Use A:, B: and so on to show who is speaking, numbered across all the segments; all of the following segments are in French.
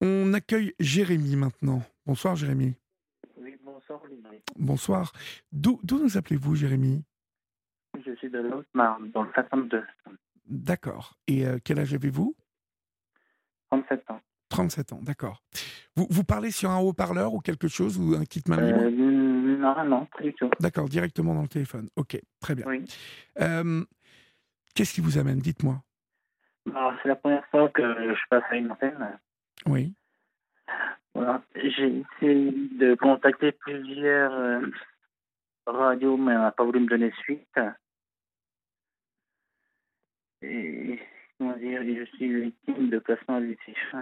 A: On accueille Jérémy maintenant. Bonsoir Jérémy.
B: Oui, bonsoir Olivier.
A: Bonsoir. D'où d'où nous appelez-vous Jérémy
B: Je suis de l'autre marne dans le 62,
A: D'accord. Et euh, quel âge avez-vous
B: 37 ans.
A: 37 ans, d'accord. Vous, vous parlez sur un haut-parleur ou quelque chose ou un kit main libre
B: Euh, non, non, pas du tout.
A: D'accord, directement dans le téléphone. Ok, très bien.
B: Oui.
A: Euh, Qu'est-ce qui vous amène Dites-moi.
B: Alors, c'est la première fois que je passe à une antenne.
A: Oui.
B: Voilà. J'ai essayé de contacter plusieurs euh, radios, mais on n'a pas voulu me donner suite. Et comment dire, je suis victime de placement abusif.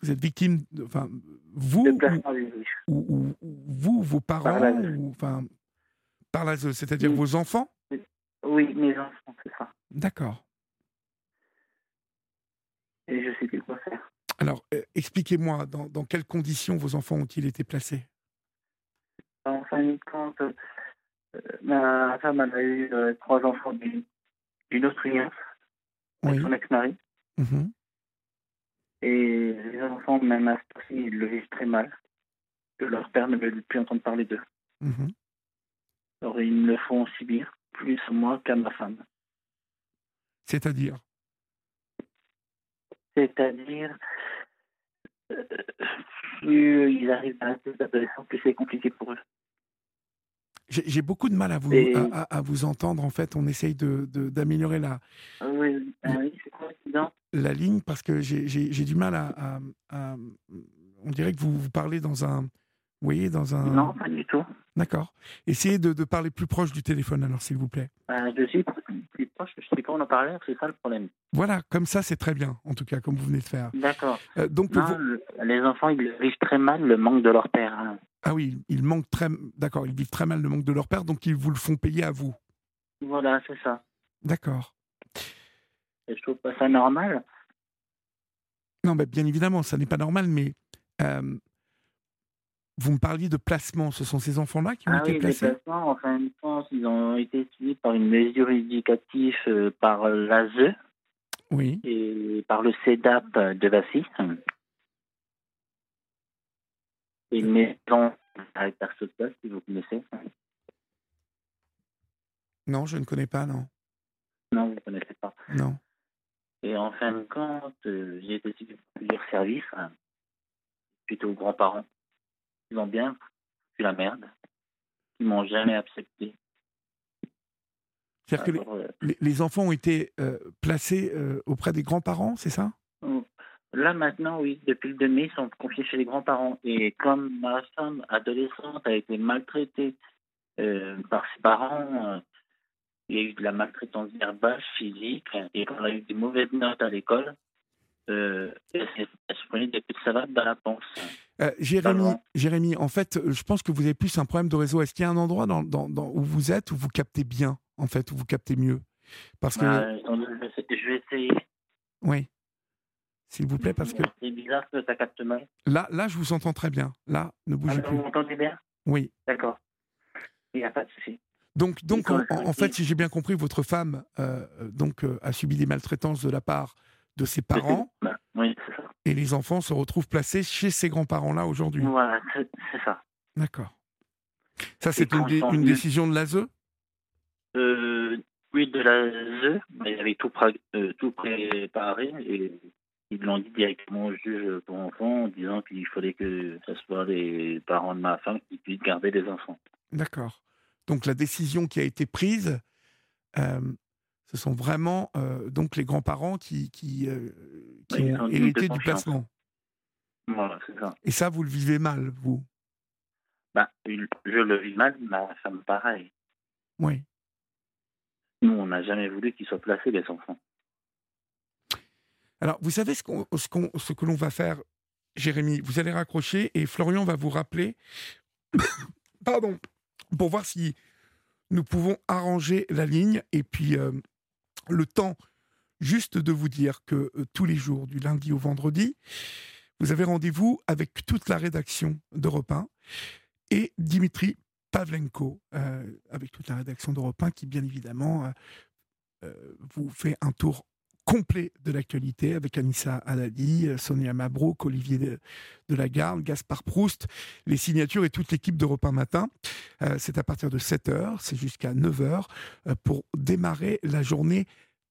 A: Vous êtes victime, de- enfin, vous
B: De
A: ou,
B: placement abusif.
A: ou- ou vous, vos parents,
B: Par la- Mm.
A: ou, enfin, par la, c'est-à-dire
B: Oui.
A: vos enfants
B: Oui, mes enfants, c'est ça.
A: D'accord.
B: Et je sais plus quoi faire.
A: Alors, euh, expliquez-moi, dans, dans quelles conditions vos enfants ont-ils été placés
B: En fin de compte, euh, ma femme elle a eu euh, trois enfants d'une d'une Australienne,
A: Oui.
B: son ex-mari.
A: Mhm.
B: Et les enfants, même à ce temps-ci, ils le vivent très mal. Que leur père ne veut plus entendre parler d'eux.
A: Mhm.
B: Alors, ils me le font subir plus moi qu'à ma femme.
A: C'est-à-dire
B: C'est-à-dire, euh, plus ils arrivent à l'âge adolescents, plus c'est compliqué pour eux.
A: J'ai j'ai beaucoup de mal à vous,
B: Et-
A: à, à- à vous entendre, en fait. On essaye d'améliorer de, d'améliorer la,
B: Ah Oui, ah oui c'est quoi l'accident
A: la ligne parce que j'ai- j'ai j'ai du mal à, à- à- On dirait que vous, vous parlez dans un... Vous voyez, dans un...
B: Non, pas du tout.
A: D'accord. Essayez de, de parler plus proche du téléphone, alors, s'il vous plaît.
B: Euh, je suis plus proche, je sais pas on en parlait, c'est ça le problème.
A: Voilà, comme ça, c'est très bien, en tout cas, comme vous venez de faire.
B: D'accord.
A: Euh, donc,
B: Non,
A: vous-
B: le- les enfants, ils vivent très mal le manque de leur père. hein.
A: ah oui, ils manquent très... D'accord, ils vivent très mal le manque de leur père, donc ils vous le font payer à vous.
B: Voilà, c'est ça.
A: D'accord.
B: Et je trouve pas ça normal.
A: Non, mais bien évidemment, ça n'est pas normal, mais euh, vous me parliez de placement. Ce sont ces enfants-là qui ont
B: Ah
A: été
B: oui, les
A: placés
B: placements, en fin de compte, ils ont été suivis par une mesure éducative euh, par l'ASE
A: Oui.
B: et par le CEDAP de Vassy. Et une maison avec la sociale, si vous connaissez.
A: Non, je ne connais pas, non.
B: Non, vous ne connaissez pas.
A: Non.
B: Et en fin de compte, euh, j'ai été suivi par plusieurs services, hein, plutôt aux grands-parents. Ils vont bien, puis la merde. Ils m'ont jamais accepté.
A: C'est-à-dire que les-
B: Alors, euh,
A: les, les enfants ont été euh, placés euh, auprès des grands-parents, c'est ça
B: oh, Là maintenant, oui, depuis le 2 mai, ils sont confiés chez les grands-parents. Et comme ma femme adolescente a été maltraitée euh, par ses parents, euh, il y a eu de la maltraitance verbale, physique, hein, et quand elle a eu des mauvaises notes à l'école, euh, elle s'est- elle se prenait des petites savates dans la panse.
A: Euh, Jérémy,
B: Pardon.
A: Jérémy, en fait, euh, je pense que vous avez plus un problème de réseau. Est-ce qu'il y a un endroit dans, dans- dans- où vous êtes, où vous captez bien, en fait, où vous captez mieux Parce que,
B: Bah, attendez, je, vais essa- je vais essayer.
A: oui, s'il vous plaît, parce que
B: C'est bizarre que ça capte mal.
A: là, là, je vous entends très bien. Là, ne bougez
B: Ah, vous
A: plus.
B: m'entendez bien
A: Oui.
B: D'accord. Il n'y a pas de souci.
A: Donc, donc en,
B: Nicole,
A: en- en
B: ok.
A: fait, si j'ai bien compris, votre femme euh, euh, donc, euh, a subi des maltraitances de la part de ses parents
B: Bah, oui, c'est ça.
A: et les enfants se retrouvent placés chez ces grands-parents-là aujourd'hui.
B: Voilà, c'est c'est ça.
A: D'accord. Ça, c'est
B: quand
A: une, dé-
B: ils sont
A: une
B: venus-
A: décision de l'ASE
B: Euh, oui, de la ZE, mais il avait tout, pra- euh, tout préparé et ils l'ont dit directement au juge pour enfants en disant qu'il fallait que ce soit les parents de ma femme qui puissent garder les enfants.
A: D'accord. Donc, la décision qui a été prise, euh, ce sont vraiment euh, donc les grands-parents qui, qui, euh, qui
B: Ils
A: ont
B: sont dignes de
A: hérité du
B: confiance.
A: placement.
B: Voilà, c'est ça.
A: Et ça, vous le vivez mal, vous
B: Bah, il- je le vis mal, ma femme pareil.
A: Oui.
B: Nous, on n'a jamais voulu qu'ils soient placés, les enfants.
A: Alors, vous savez ce, qu'on- ce qu'on- ce que l'on va faire, Jérémy Vous allez raccrocher et Florian va vous rappeler, pardon, pour voir si nous pouvons arranger la ligne et puis euh, le temps juste de vous dire que euh, tous les jours, du lundi au vendredi, vous avez rendez-vous avec toute la rédaction d'Europe 1 et Dimitri Pavlenko, euh, avec toute la rédaction d'Europe 1 qui, bien évidemment, euh, euh, vous fait un tour complet de l'actualité avec Anissa Aladi, Sonia Mabrouk, Olivier de, de la Garde, Gaspard Proust, les signatures et toute l'équipe d'Europe 1 Matin. Euh, c'est à partir de 7h, c'est jusqu'à 9h euh, pour démarrer la journée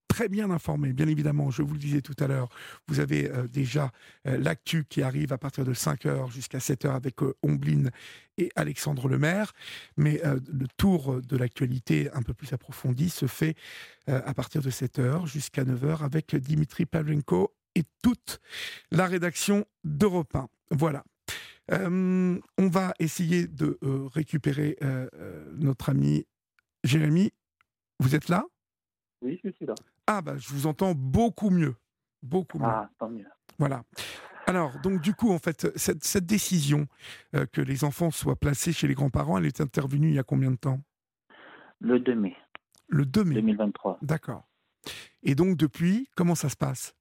A: très bien informé. Bien évidemment, je vous le disais tout à l'heure, vous avez euh, déjà euh, l'actu qui arrive à partir de 5h jusqu'à 7h avec euh, Ombline et Alexandre Lemaire. Mais euh, le tour de l'actualité un peu plus approfondi se fait euh, à partir de 7h jusqu'à 9h avec Dimitri Pavlenko et toute la rédaction d'Europe 1. Voilà. Euh, on va essayer de euh, récupérer euh, notre ami Jérémy. Vous êtes là
B: Oui, je suis là.
A: Ah bah je vous entends beaucoup mieux. Beaucoup mieux.
B: Ah, tant mieux.
A: Voilà. Alors, donc du coup, en fait, cette, cette décision euh, que les enfants soient placés chez les grands-parents, elle est intervenue il y a combien de temps
B: Le 2 mai
A: Le 2 mai
B: 2023.
A: D'accord. Et donc depuis, comment ça se passe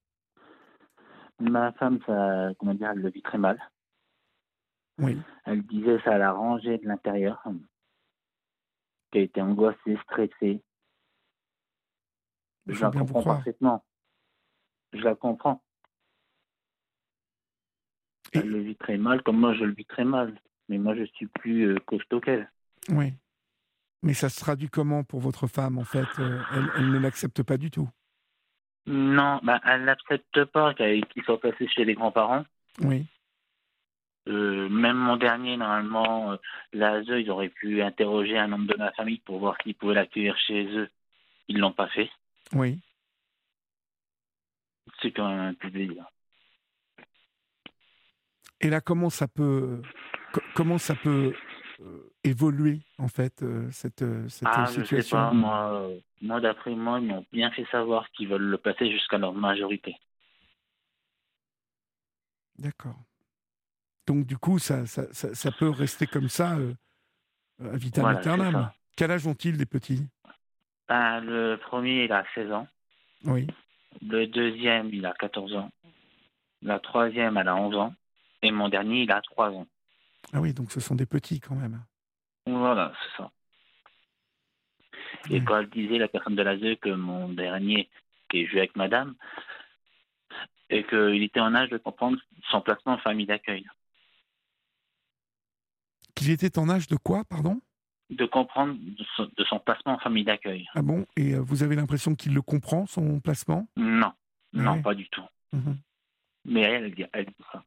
B: Ma femme, ça, comment dire, elle le vit très mal.
A: Oui.
B: Elle disait ça l'a rangée de l'intérieur, qu'elle était angoissée, stressée.
A: Je
B: Je
A: veux
B: la
A: bien vous
B: comprends
A: croire.
B: parfaitement. Je la comprends. Elle
A: Et-
B: le vit très mal, comme moi je le vis très mal. Mais moi je suis plus euh, costaud qu'elle.
A: Oui. Mais ça se traduit comment pour votre femme, en fait Euh, elle, elle ne l'accepte pas du tout.
B: Non, bah, elle n'accepte pas qu'elle- qu'ils soient placés chez les grands-parents.
A: Oui.
B: Euh, même mon dernier, normalement, euh, l'ASE, ils auraient pu interroger un membre de ma famille pour voir s'ils pouvaient l'accueillir chez eux. Ils l'ont pas fait.
A: Oui.
B: C'est quand même un peu délire.
A: Et là, comment ça peut, co- comment ça peut euh, évoluer, en fait, euh, cette, euh, cette
B: Ah,
A: euh,
B: je sais
A: situation
B: pas, moi, euh, moi d'après moi, ils m'ont bien fait savoir qu'ils veulent le placer jusqu'à leur majorité.
A: D'accord. Donc, du coup, ça, ça, ça- ça peut rester comme ça, euh, à vitam
B: Voilà, c'est
A: aeternam.
B: ça.
A: Quel âge ont-ils, les petits
B: Ah, le premier, il a 16 ans.
A: Oui.
B: Le deuxième, il a 14 ans. La troisième, elle a 11 ans. Et mon dernier, il a 3 ans.
A: Ah oui, donc ce sont des petits, quand même.
B: Voilà, c'est ça. Et
A: Ouais.
B: quand elle disait, la personne de l'ASE, que mon dernier, qui est joué avec madame, et qu'il était en âge de comprendre son placement en famille d'accueil.
A: Qu'ils étaient en âge de quoi, pardon
B: De comprendre de son, de son placement en famille d'accueil.
A: Ah bon Et euh, vous avez l'impression qu'il le comprend, son placement
B: Non, non,
A: Ouais.
B: pas du tout.
A: Mhm.
B: Mais elle, elle dit, elle dit ça.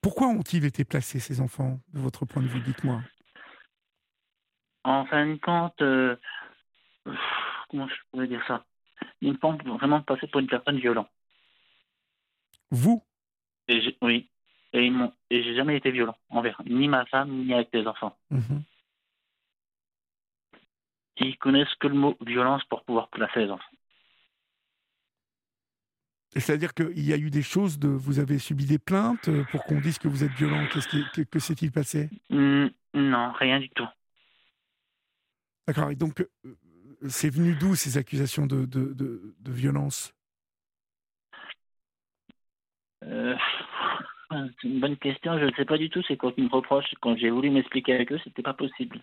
A: Pourquoi ont-ils été placés, ces enfants, de votre point de vue Dites-moi.
B: En fin de compte, euh, pff, comment je pourrais dire ça Ils me pensent vraiment passer pour une personne violente.
A: Vous
B: Et j'ai- oui. Et ils m'ont- et j'ai jamais été violent envers ni ma femme ni avec les enfants.
A: Mhm.
B: Ils connaissent que le mot violence pour pouvoir placer les enfants.
A: C'est-à-dire qu'il y a eu des choses de. Vous avez subi des plaintes euh, pour qu'on dise que vous êtes violent. Qu'est-ce qui- que, que s'est-il passé
B: Hmm, non, rien du tout.
A: D'accord. Et donc, euh, c'est venu d'où ces accusations de, de, de- de violence
B: Euh, c'est une bonne question. Je ne sais pas du tout. C'est quoi qu'ils me reprochent. Quand j'ai voulu m'expliquer avec eux, c'était pas possible.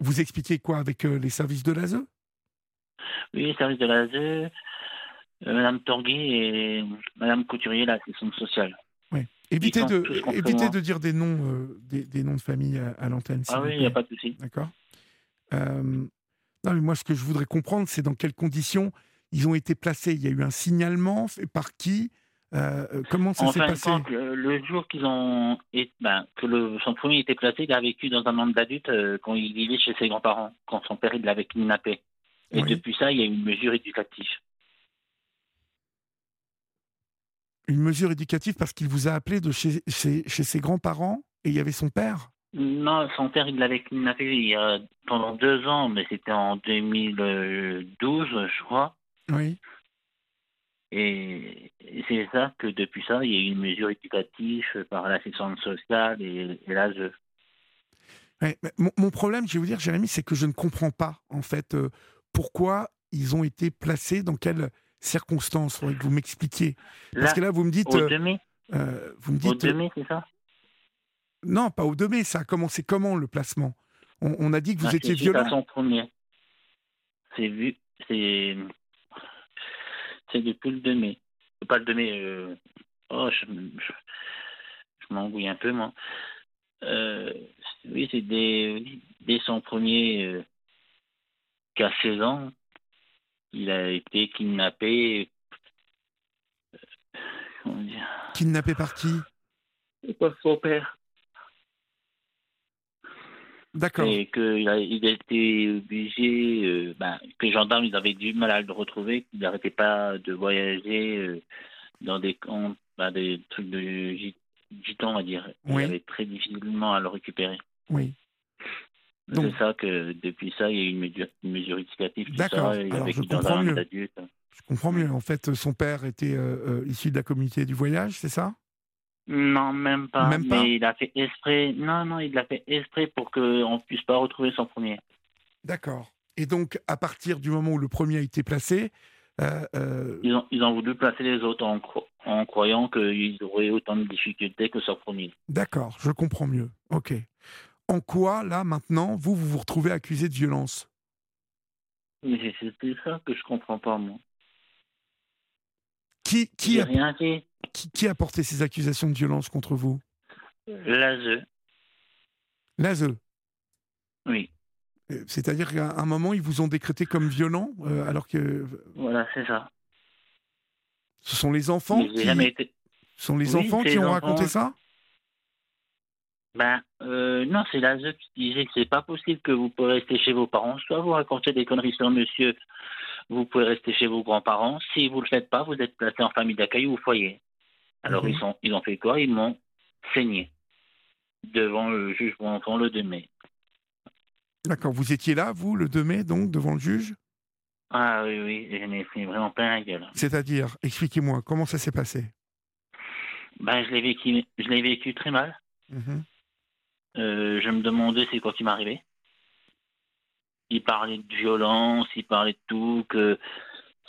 A: Vous expliquez quoi avec euh, les services de l'ASE
B: Oui, les services de l'ASE, euh, Madame Torgui et Madame Couturier, l'assistante sociale.
A: Évitez,
B: sont
A: de,
B: tous contre
A: évitez
B: moi.
A: de dire des noms, euh, des, des noms de famille à, à l'antenne. s'il
B: Ah
A: vous
B: oui, il
A: plaît.
B: n'y a pas de souci.
A: D'accord Euh, Non, mais moi, ce que je voudrais comprendre, c'est dans quelles conditions ils ont été placés. Il y a eu un signalement fait par qui Euh, euh, Comment ça
B: en
A: s'est
B: fin
A: passé
B: de compte, le, le jour qu'ils ont, et- ben, que le, son premier était placé, il a vécu dans un monde d'adultes euh, quand il vivait chez ses grands-parents, quand son père il l'avait kidnappé. Et
A: Oui.
B: depuis ça, il y a eu une mesure éducative.
A: Une mesure éducative parce qu'il vous a appelé de chez, chez- chez ses grands-parents et il y avait son père
B: Non, son père il l'avait kidnappé il y a, pendant deux ans, mais c'était en 2012, je crois.
A: Oui.
B: Et et c'est ça que depuis ça, il y a eu une mesure éducative par l'assistante sociale et, et l'ASE.
A: Ouais, mais mon, mon problème, je vais vous dire, Jérémy, c'est que je ne comprends pas, en fait, euh, pourquoi ils ont été placés, dans quelles circonstances. Faudrait que vous m'expliquiez. Parce
B: Là,
A: que là, vous me dites.
B: au
A: euh,
B: 2 mai,
A: euh, vous me
B: au
A: dites.
B: 2 mai, c'est ça
A: Non, pas au 2 mai, ça a commencé comment le placement on, on a dit que vous
B: Ah, c'est
A: étiez
B: suite à
A: violent.
B: son premier. C'est vu, c'est C'est depuis le 2 mai. Pas le 2 mai. euh, Oh, je, je, je m'embrouille un peu, moi. Euh, oui, c'est dès, dès son premier euh, qu'à 16 ans, il a été kidnappé. euh, comment dire
A: Kidnappé par qui
B: Par son père.
A: D'accord.
B: Et qu'il a, il a été obligé, euh, ben, que les gendarmes ils avaient du mal à le retrouver, qu'il n'arrêtait pas de voyager euh, dans des camps, ben, des trucs de gi- gitans, on va dire.
A: Oui.
B: Il avait très difficilement à le récupérer.
A: Oui. Donc-
B: C'est ça que depuis ça, il y a eu une mesure, une mesure éducative. tout
A: D'accord.
B: ça, il
A: Alors,
B: avait
A: je
B: été dans un
A: comprends
B: land
A: mieux.
B: d'adulte.
A: Je comprends mieux. En fait, son père était euh, euh, issu de la communauté du voyage, c'est ça
B: Non, même pas.
A: Même
B: mais
A: pas
B: il a fait exprès. Non, non, il l'a fait exprès pour qu'on ne puisse pas retrouver son premier.
A: D'accord. Et donc, à partir du moment où le premier a été placé, euh, euh,
B: Ils ont, ils ont voulu placer les autres en, cro- en croyant qu'ils auraient autant de difficultés que son premier.
A: d'accord, je comprends mieux. Ok. En quoi, là, maintenant, vous, vous vous retrouvez accusé de violence
B: Mais c'est- c'est tout ça que je comprends pas, moi.
A: qui, qui,
B: J'ai
A: a,
B: rien fait.
A: qui, qui a porté ces accusations de violence contre vous
B: L'ASE,
A: L'ASE.
B: oui.
A: Euh, C'est-à-dire qu'à un moment, ils vous ont décrété comme violent, euh, alors que
B: Voilà, c'est ça.
A: ce sont les enfants
B: Mais j'ai
A: qui,
B: jamais été...
A: ce sont les
B: Oui,
A: enfants
B: c'est
A: qui
B: les
A: ont
B: enfants.
A: raconté ça
B: Ben, euh, non, c'est l'ASE qui disait que c'est pas possible que vous pouvez rester chez vos parents. Soit vous racontez des conneries sur monsieur, vous pouvez rester chez vos grands-parents. Si vous le faites pas, vous êtes placé en famille d'accueil ou au foyer. Alors,
A: Mhm.
B: ils, sont, ils ont fait quoi Ils m'ont saigné devant le juge pour enfants le 2 mai.
A: D'accord, vous étiez là, vous, le 2 mai, donc, devant le juge
B: Ah oui, oui, et j'en ai pris vraiment plein la gueule.
A: C'est-à-dire, expliquez-moi, comment ça s'est passé
B: Ben, je l'ai vécu, je l'ai vécu très mal.
A: Mhm.
B: Euh, je me demandais c'est quoi qui m'arrivait. Il parlait de violence, il parlait de tout, que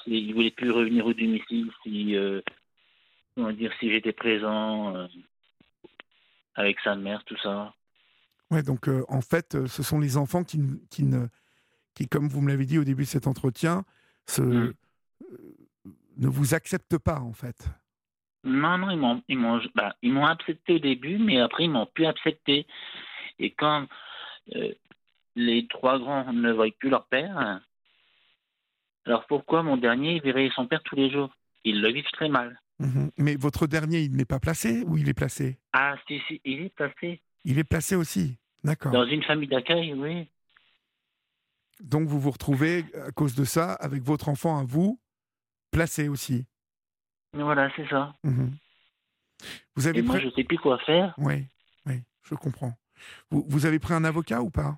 B: il voulait plus revenir au domicile si, euh, comment dire, si j'étais présent euh, avec sa mère, tout ça.
A: Ouais, donc, euh, en fait, euh, ce sont les enfants qui, ne- qui, ne, qui, comme vous me l'avez dit au début de cet entretien, se-
B: Mm.
A: euh, ne vous acceptent pas, en fait.
B: Non, non, ils m'ont, ils m'ont, bah, ils m'ont accepté au début, mais après ils m'ont plus accepté. Et quand euh, les trois grands ne voient plus leur père, hein, alors pourquoi mon dernier il verrait son père tous les jours Ils le vivent très mal.
A: Mhm. Mais votre dernier, il n'est pas placé ou il est placé
B: Ah, si, si, il est placé.
A: Il est placé aussi. D'accord.
B: Dans une famille d'accueil, oui.
A: Donc vous vous retrouvez à cause de ça avec votre enfant à vous placé aussi.
B: Voilà, c'est ça.
A: Mhm. Vous
B: Et
A: avez
B: moi,
A: pris...
B: je sais plus quoi faire.
A: Oui, oui, je comprends. Vous, vous avez pris un avocat ou pas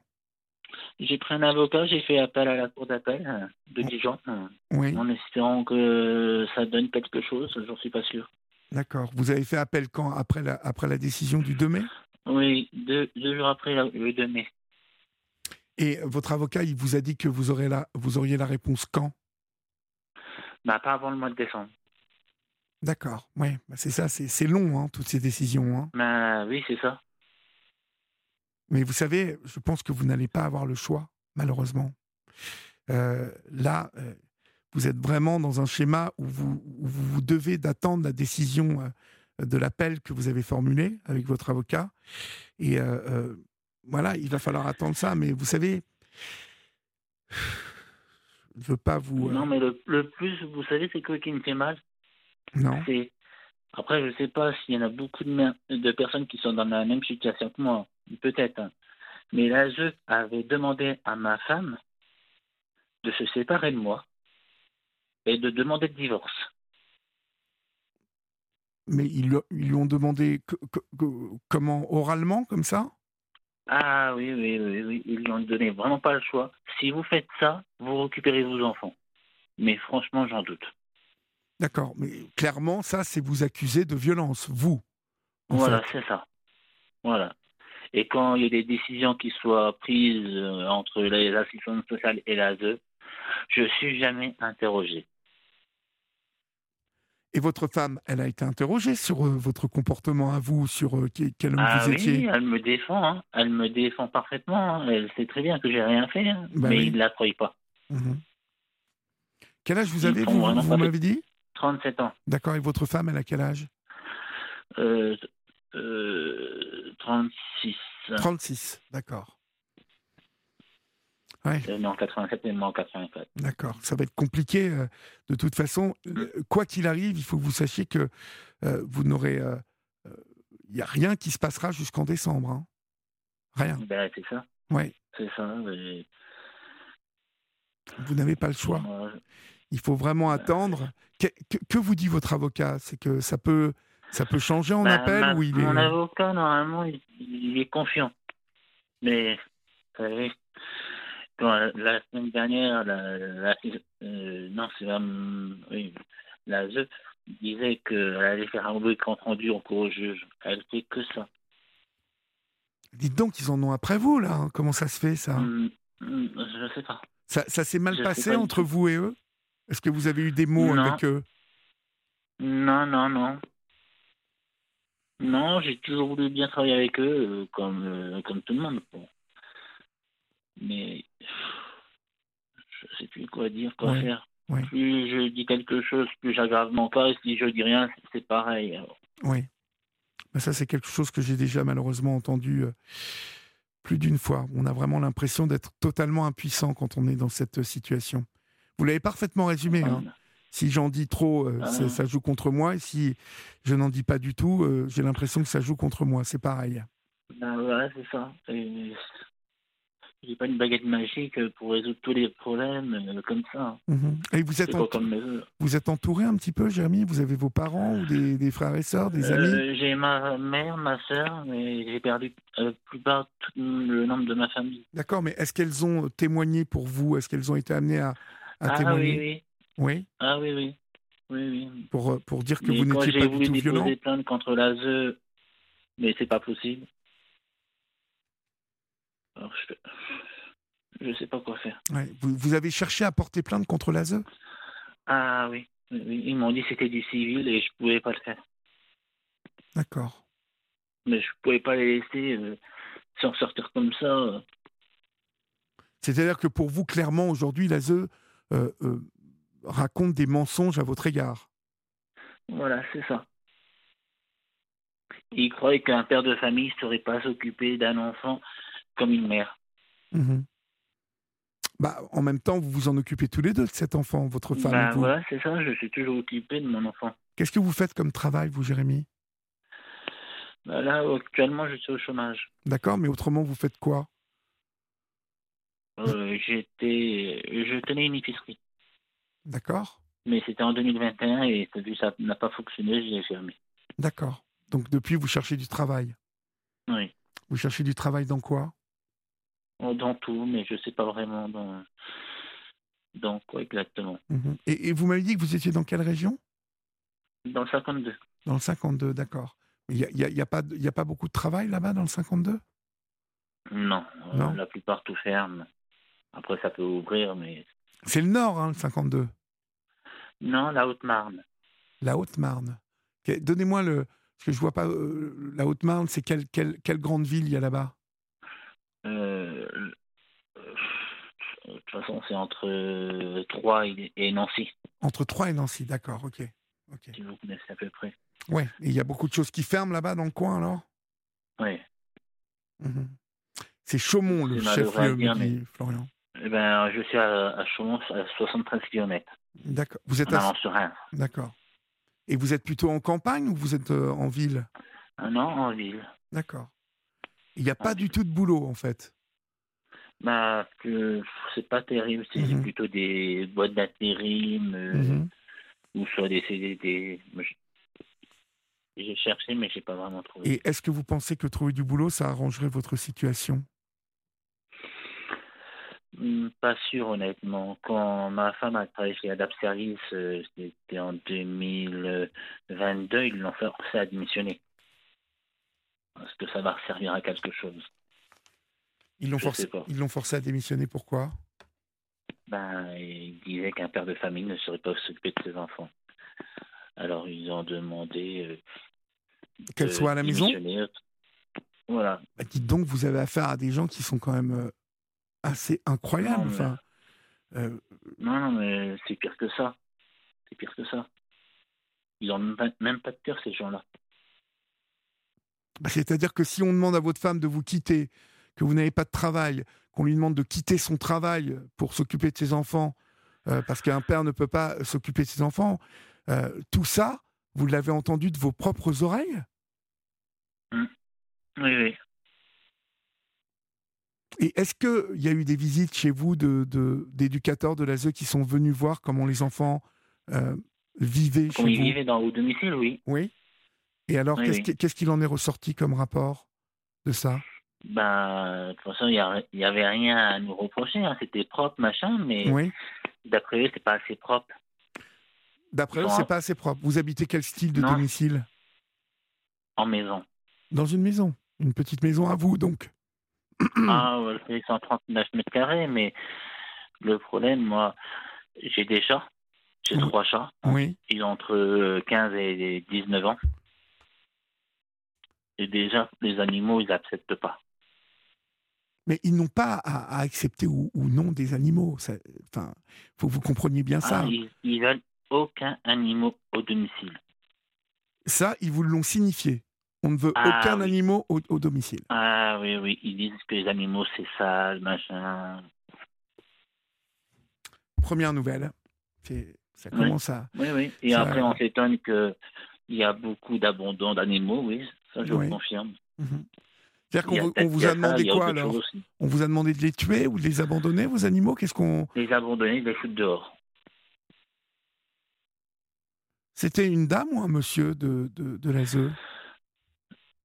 B: J'ai pris un avocat, j'ai fait appel à la cour d'appel euh, de Dijon, euh,
A: Oui,
B: en espérant que ça donne quelque chose, j'en suis pas sûr.
A: d'accord. Vous avez fait appel quand après la, après la décision du 2 mai
B: Oui, deux, deux jours après la- le 2 mai.
A: Et votre avocat, il vous a dit que vous, aurez la, vous auriez la réponse quand
B: Bah, pas avant le mois de décembre.
A: D'accord, oui, bah, c'est ça, c'est c'est long, hein, toutes ces décisions. hein.
B: Bah, oui, c'est ça.
A: Mais vous savez, je pense que vous n'allez pas avoir le choix, malheureusement. Euh, là, euh, vous êtes vraiment dans un schéma où vous, où vous vous devez d'attendre la décision euh, de l'appel que vous avez formulé avec votre avocat. Et euh, euh, voilà, il va falloir attendre ça. Mais vous savez, je ne veux pas vous... euh,
B: Non, mais le, le plus, vous savez, c'est quoi qui me fait mal
A: non.
B: C'est. Après, je sais pas s'il y en a beaucoup de, mer- de personnes qui sont dans la même situation que moi. Peut-être. hein. Mais là, je avais demandé à ma femme de se séparer de moi et de demander le divorce.
A: Mais ils, le- ils lui ont demandé que- que- que- comment, oralement, comme ça
B: Ah oui, oui, oui, oui. Ils lui ont donné vraiment pas le choix. Si vous faites ça, vous récupérez vos enfants. Mais franchement, j'en doute.
A: D'accord, mais clairement, ça, c'est vous accuser de violence, vous. en
B: Voilà,
A: fait.
B: c'est ça. Voilà. Et quand il y a des décisions qui soient prises euh, entre les assistantes sociales et l'ASE, je suis jamais interrogé.
A: Et votre femme, elle a été interrogée sur euh, votre comportement à vous, sur euh, qui- quel homme
B: Ah
A: vous
B: oui,
A: étiez.
B: elle me défend, hein. elle me défend parfaitement, hein. elle sait très bien que j'ai rien fait, hein.
A: Bah
B: mais
A: oui.
B: ils ne la croient pas.
A: Mhm. Quel âge vous
B: Ils
A: avez
B: font
A: Vous,
B: vraiment
A: vous
B: pas de-
A: m'avez dit
B: 37 ans.
A: D'accord, et votre femme, elle a quel âge
B: Euh, euh, 36.
A: 36. D'accord. Ouais.
B: Elle est née en 87, elle est morte en 84.
A: D'accord, ça va être compliqué. euh, de toute façon, Euh, quoi qu'il arrive, il faut que vous sachiez que euh, vous n'aurez. Il n'y a rien qui se passera jusqu'en décembre. hein. Rien.
B: Ben, c'est ça.
A: Ouais.
B: C'est ça. et-
A: Vous n'avez pas le choix.
B: Moi,
A: Il faut vraiment
B: Bah,
A: attendre. Que, que- que vous dit votre avocat C'est que ça peut, ça peut changer en
B: Bah, ma-
A: appel ou il est.
B: Mon avocat, normalement, il, il est confiant. Mais, vous savez, quand la, la semaine dernière, la, la- euh, non, c'est la, oui, la ZEUF disait qu'elle allait faire un bruit de compte rendu en cours au juge. Elle fait que ça.
A: Dites donc, ils en ont après vous, là. hein. Comment ça se fait, ça
B: Hum, hum, je sais pas.
A: Ça, ça s'est mal
B: Je sais
A: passé
B: pas du
A: entre
B: tout.
A: vous et eux Est-ce que vous avez eu des mots
B: Non.
A: avec eux
B: Non, non, non. Non, j'ai toujours voulu bien travailler avec eux, euh, comme, euh, comme tout le monde. quoi. Mais je sais plus quoi dire, quoi
A: Ouais,
B: faire.
A: ouais.
B: Plus je dis quelque chose, plus j'aggrave mon cas, et si je dis rien, c'est pareil. alors.
A: Oui. Ben ça, c'est quelque chose que j'ai déjà malheureusement entendu euh, plus d'une fois. On a vraiment l'impression d'être totalement impuissant quand on est dans cette euh, situation. Vous l'avez parfaitement résumé. hein. Si j'en dis trop, euh,
B: Ah.
A: ça, ça joue contre moi. Et si je n'en dis pas du tout, euh, j'ai l'impression que ça joue contre moi. C'est pareil.
B: Ben voilà, c'est ça. Et J'ai pas une baguette magique pour résoudre tous les problèmes euh, comme ça.
A: Mhm. Et vous
B: C'est
A: êtes,
B: pas
A: en-
B: comme euh, mes œufs.
A: vous êtes entouré un petit peu, Jérémy Vous avez vos parents ou des, des frères et sœurs, des amis
B: Euh, J'ai ma mère, ma soeur, mais j'ai perdu euh, plus bas tout le nombre de ma famille.
A: D'accord, mais est-ce qu'elles ont euh, témoigné pour vous Est-ce qu'elles ont été amenées à, à
B: ah oui,
A: témoigner
B: oui.
A: Oui,
B: Ah oui, oui. Oui, oui.
A: pour, euh, pour dire que
B: Mais
A: vous
B: quand
A: n'étiez
B: j'ai
A: pas du
B: voulu
A: tout
B: déposer
A: violent.
B: plainte contre l'ASE, mais c'est pas possible. Alors, je... je sais pas quoi faire.
A: Ouais, Vous, vous avez cherché à porter plainte contre E l'ASE
B: Ah oui. oui, oui. Ils m'ont dit que c'était du civil et je pouvais pas le faire.
A: D'accord.
B: Mais je pouvais pas les laisser euh, s'en sortir comme ça. euh.
A: C'est-à-dire que pour vous, clairement, aujourd'hui, l'ASE euh, euh, raconte des mensonges à votre égard.
B: Voilà, c'est ça. Il croyait qu'un père de famille ne saurait pas s'occuper d'un enfant comme une mère.
A: Mhm. Bah, en même temps, vous vous en occupez tous les deux de cet enfant, votre femme
B: Bah,
A: et vous.
B: voilà, c'est ça, je suis toujours occupé de mon enfant.
A: Qu'est-ce que vous faites comme travail, vous, Jérémy
B: Bah, là, actuellement, je suis au chômage.
A: D'accord, mais autrement, vous faites quoi
B: Euh, j'étais, je tenais une épicerie,
A: D'accord
B: mais c'était en 2021 et vu que ça n'a pas fonctionné, je l'ai fermé.
A: D'accord. Donc, depuis, vous cherchez du travail.
B: Oui, Oh,
A: Vous cherchez du travail dans quoi
B: dans tout, mais je sais pas vraiment dans, dans quoi exactement.
A: Mhm. et, et vous m'avez dit que vous étiez dans quelle région
B: Dans le 52.
A: Dans le 52, d'accord. Il n'y a, il y a- il y a, pas de- il y a pas beaucoup de travail là-bas, dans le 52
B: Non, euh,
A: Non.
B: la plupart tout ferme. Après, ça peut ouvrir, mais
A: C'est le nord, hein, le 52,
B: non, la Haute-Marne.
A: la Haute-Marne. Que- Donnez-moi le. Parce que je vois pas. euh, la Haute-Marne, c'est quelle, quelle, quelle grande ville il y a là-bas
B: Euh, euh, de toute façon, c'est entre euh, Troyes et, et Nancy,
A: Entre Troyes et Nancy, d'accord, ok. ok.
B: si vous connaissez à peu près.
A: Ouais, et il y a beaucoup de choses qui ferment là-bas dans le coin alors
B: Oui.
A: Mhm. C'est Chaumont, le
B: C'est malheureux à
A: chef-lieu,
B: dire,
A: me dit Florian.
B: Eh ben, je suis à, à Chaumont, à 73 km,
A: D'accord. Vous êtes
B: en
A: à-
B: allant sur Reims.
A: D'accord. Et vous êtes plutôt en campagne ou vous êtes euh, en ville
B: Un an en ville.
A: D'accord. Il n'y a pas
B: Ah,
A: du tout de boulot en fait.
B: Bah, que- c'est pas terrible, c'est
A: Mhm.
B: plutôt des boîtes d'intérim euh,
A: Mhm.
B: ou soit des CDD. Moi, je- J'ai cherché, mais j'ai pas vraiment trouvé.
A: Et est-ce que vous pensez que trouver du boulot, ça arrangerait votre situation
B: Hmm, Pas sûr, honnêtement. Quand ma femme a travaillé chez Adapt Service, euh, c'était en 2022, ils l'ont forcé à démissionner. Est-ce que ça va servir à quelque chose?
A: Ils l'ont
B: Je
A: forcé,
B: sais pas.
A: ils l'ont forcé à démissionner. Pourquoi
B: Ben, il disait qu'un père de famille ne saurait pas s'occuper de ses enfants. Alors, ils ont demandé euh,
A: Qu'elle
B: de
A: soit à la maison
B: démissionner. Voilà.
A: Bah, Dites donc, vous avez affaire à des gens qui sont quand même euh, assez incroyables.
B: Non, mais-
A: Enfin, euh,
B: Non, non, mais c'est pire que ça. C'est pire que ça. Ils n'ont même pas- même pas de cœur, ces gens-là.
A: Bah, C'est-à-dire que si on demande à votre femme de vous quitter, que vous n'avez pas de travail, qu'on lui demande de quitter son travail euh, pour s'occuper de ses enfants, euh, parce qu'un père ne peut pas s'occuper de ses enfants, euh, tout ça, vous l'avez entendu de vos propres oreilles
B: Oui, oui.
A: Et est-ce qu'il y a eu des visites chez vous de- de- d'éducateurs de, l'ASE qui sont venus voir comment les enfants euh, vivaient chez
B: Quand ils
A: vous
B: vivaient dans, au domicile, oui.
A: Oui. Et alors,
B: Oui,
A: qu'est-ce
B: oui.
A: qui- qu'est-ce qu'il en est ressorti comme rapport de ça
B: Ben, de toute façon, il y a- il y avait rien à nous reprocher. hein. C'était propre, machin, mais
A: Oui.
B: d'après eux, c'est pas assez propre.
A: D'après eux,
B: Genre-
A: c'est pas assez propre. Vous habitez quel style de
B: Non.
A: domicile
B: En maison.
A: Dans une maison. Une petite maison à vous, donc. Hmm.
B: Ah, ouais, c'est 139 mètres carrés, mais le problème, moi, j'ai des chats. J'ai
A: Oui.
B: trois chats.
A: Oui.
B: Ils ont entre euh, 15 et 19 ans. Et déjà, les animaux, ils n'acceptent pas.
A: Mais ils n'ont pas à, à accepter ou, ou non des animaux. Ça- Enfin, faut que vous compreniez bien ça.
B: Ah, ils, ils veulent aucun animal au domicile.
A: Ça, ils vous l'ont signifié. On ne veut
B: Ah,
A: aucun
B: oui.
A: animal au- au domicile.
B: Ah oui, oui, ils disent que les animaux, c'est sale, machin.
A: première nouvelle. C'est- Ça
B: Ouais.
A: commence à.
B: Oui, oui. Et
A: Ça-
B: après, on s'étonne qu'il y a beaucoup d'abandon d'animaux, oui. Ça, je
A: Oui.
B: le confirme.
A: Mhm. C'est-à-dire
B: Il y
A: qu'on vous- on
B: peut-être
A: vous
B: qu'il y
A: a demandé
B: ça, il y
A: quoi
B: autre
A: alors
B: chose aussi.
A: On vous a demandé de les tuer ou de les abandonner, vos animaux Qu'est-ce qu'on.
B: Les abandonner, les foutre dehors.
A: C'était une dame ou un monsieur de, de, de l'ASE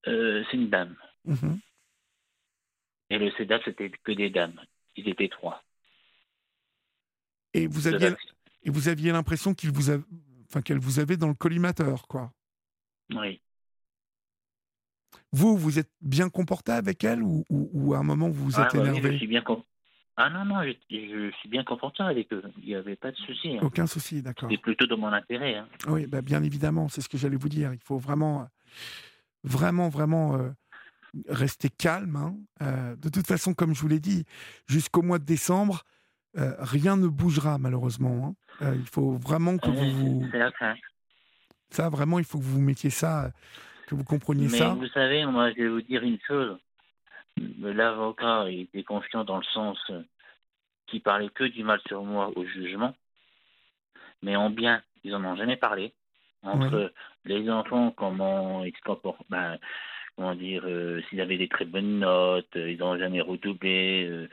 B: Euh, c'est une dame.
A: Mhm.
B: Et le CEDAP, c'était que des dames. Ils étaient trois.
A: Et vous
B: De
A: aviez,
B: la-
A: et vous aviez l'impression qu'il vous a- enfin, qu'elle vous avait dans le collimateur, quoi.
B: Oui.
A: Vous, vous êtes bien comporté avec elle ou, ou- ou à un moment vous vous
B: Ah,
A: êtes
B: bah oui,
A: énervé
B: je suis bien com- Ah non, non, je, je suis bien confortable avec eux. Il n'y avait pas de souci. hein.
A: Aucun souci, d'accord.
B: C'était plutôt dans mon intérêt. hein.
A: Ah Oui, bah, bien évidemment, c'est ce que j'allais vous dire. Il faut vraiment, euh, vraiment, vraiment euh, rester calme. hein. Euh, de toute façon, comme je vous l'ai dit, jusqu'au mois de décembre, euh, rien ne bougera malheureusement. hein. Euh, il faut vraiment que
B: Ouais,
A: vous, vous-
B: Euh, C'est la fin.
A: ça, vraiment, il faut que vous mettiez ça, euh, que vous compreniez
B: Mais
A: ça.
B: vous savez, moi, je vais vous dire une chose. L'avocat il était confiant dans le sens euh, qu'il parlait que du mal sur moi au jugement, mais en bien, ils en ont jamais parlé. Entre les enfants, comment ils se comportent, ben, comment dire, euh, s'ils avaient des très bonnes notes, euh, ils n'ont jamais redoublé. euh,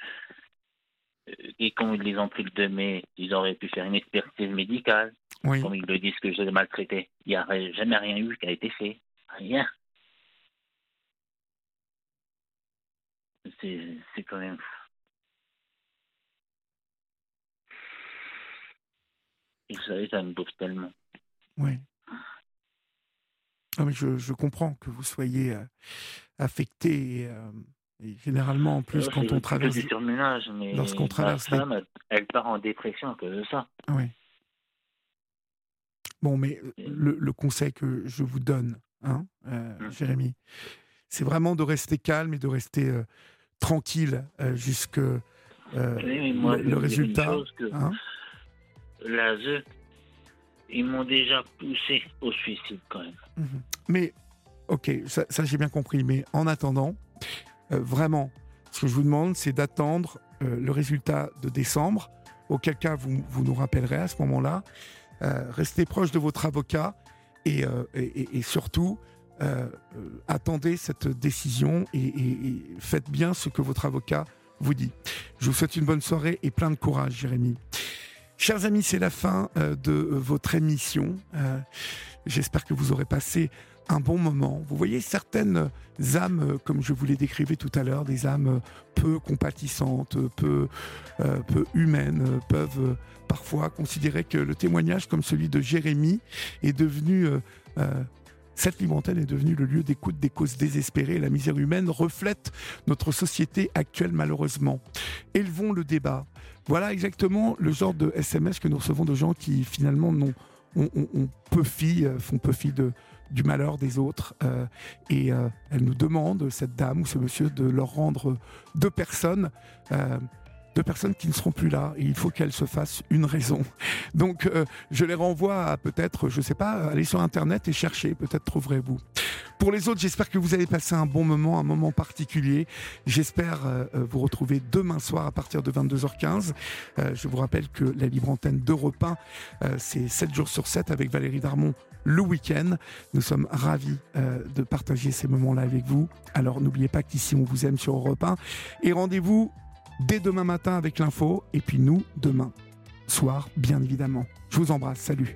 B: euh, et quand ils les ont pris le 2 mai, ils auraient pu faire une expertise médicale
A: Oui.
B: comme ils le disent que je les maltraitais. Il n'y aurait jamais rien eu qui a été fait. Rien. C'est c'est quand même fou. Et vous savez, ça me bouffe tellement.
A: Oui. Ah, mais je, je comprends que vous soyez euh, affecté. et, euh, et généralement, en plus,
B: Alors,
A: quand
B: c'est
A: on
B: plutôt
A: traverse.
B: du surménage, mais
A: lorsqu'on
B: ma
A: traverse les-
B: femme, elle- elle part en dépression à cause de ça.
A: Ah Oui. Bon, mais euh, le, le conseil que je vous donne, hein, euh,
B: Mm.
A: Jérémy, c'est vraiment de rester calme et de rester euh, tranquille euh, jusque euh,
B: Oui, mais moi,
A: le,
B: je
A: le
B: vais vous dire une
A: résultat.
B: chose que
A: hein.
B: l'ASE, ils m'ont déjà poussé au suicide quand même.
A: Mhm. Mais, ok, ça, ça, j'ai bien compris. Mais en attendant, euh, vraiment, ce que je vous demande, c'est d'attendre euh, le résultat de décembre, auquel cas vous, vous nous rappellerez à ce moment-là. Euh, restez proche de votre avocat et, euh, et- et- et surtout, euh, euh, attendez cette décision et, et- et faites bien ce que votre avocat vous dit. Je vous souhaite une bonne soirée et plein de courage, Jérémy. Chers amis, c'est la fin euh, de euh, votre émission. Euh, J'espère que vous aurez passé un bon moment. Vous voyez certaines âmes, euh, comme je vous les décrivais tout à l'heure, des âmes euh, peu compatissantes, euh, peu, euh, peu humaines, euh, peuvent euh, parfois considérer que le témoignage comme celui de Jérémy est devenu... euh, euh, cette libre antenne est devenue le lieu d'écoute des causes désespérées et la misère humaine reflète notre société actuelle malheureusement. Élevons le débat. Voilà exactement le genre de SMS que nous recevons de gens qui finalement n'ont on, on, on peu fi, euh, font peu fi de, du malheur des autres. euh, et euh, elle nous demande, cette dame ou ce monsieur, de leur rendre deux personnes euh, de personnes qui ne seront plus là. Et il faut qu'elles se fassent une raison. Donc, euh, je les renvoie à peut-être, je sais pas, aller sur Internet et chercher. Peut-être trouverez-vous. Pour les autres, j'espère que vous avez passé un bon moment, un moment particulier. J'espère euh, vous retrouver demain soir à partir de 22h15. Euh, je vous rappelle que la libre antenne d'Europe 1, euh, c'est 7 jours sur 7 avec Valérie Darmon le week-end. Nous sommes ravis euh, de partager ces moments-là avec vous. Alors n'oubliez pas qu'ici on vous aime sur Europe 1. Et rendez-vous dès demain matin avec l'info. Et puis nous, demain soir, bien évidemment. Je vous embrasse. Salut.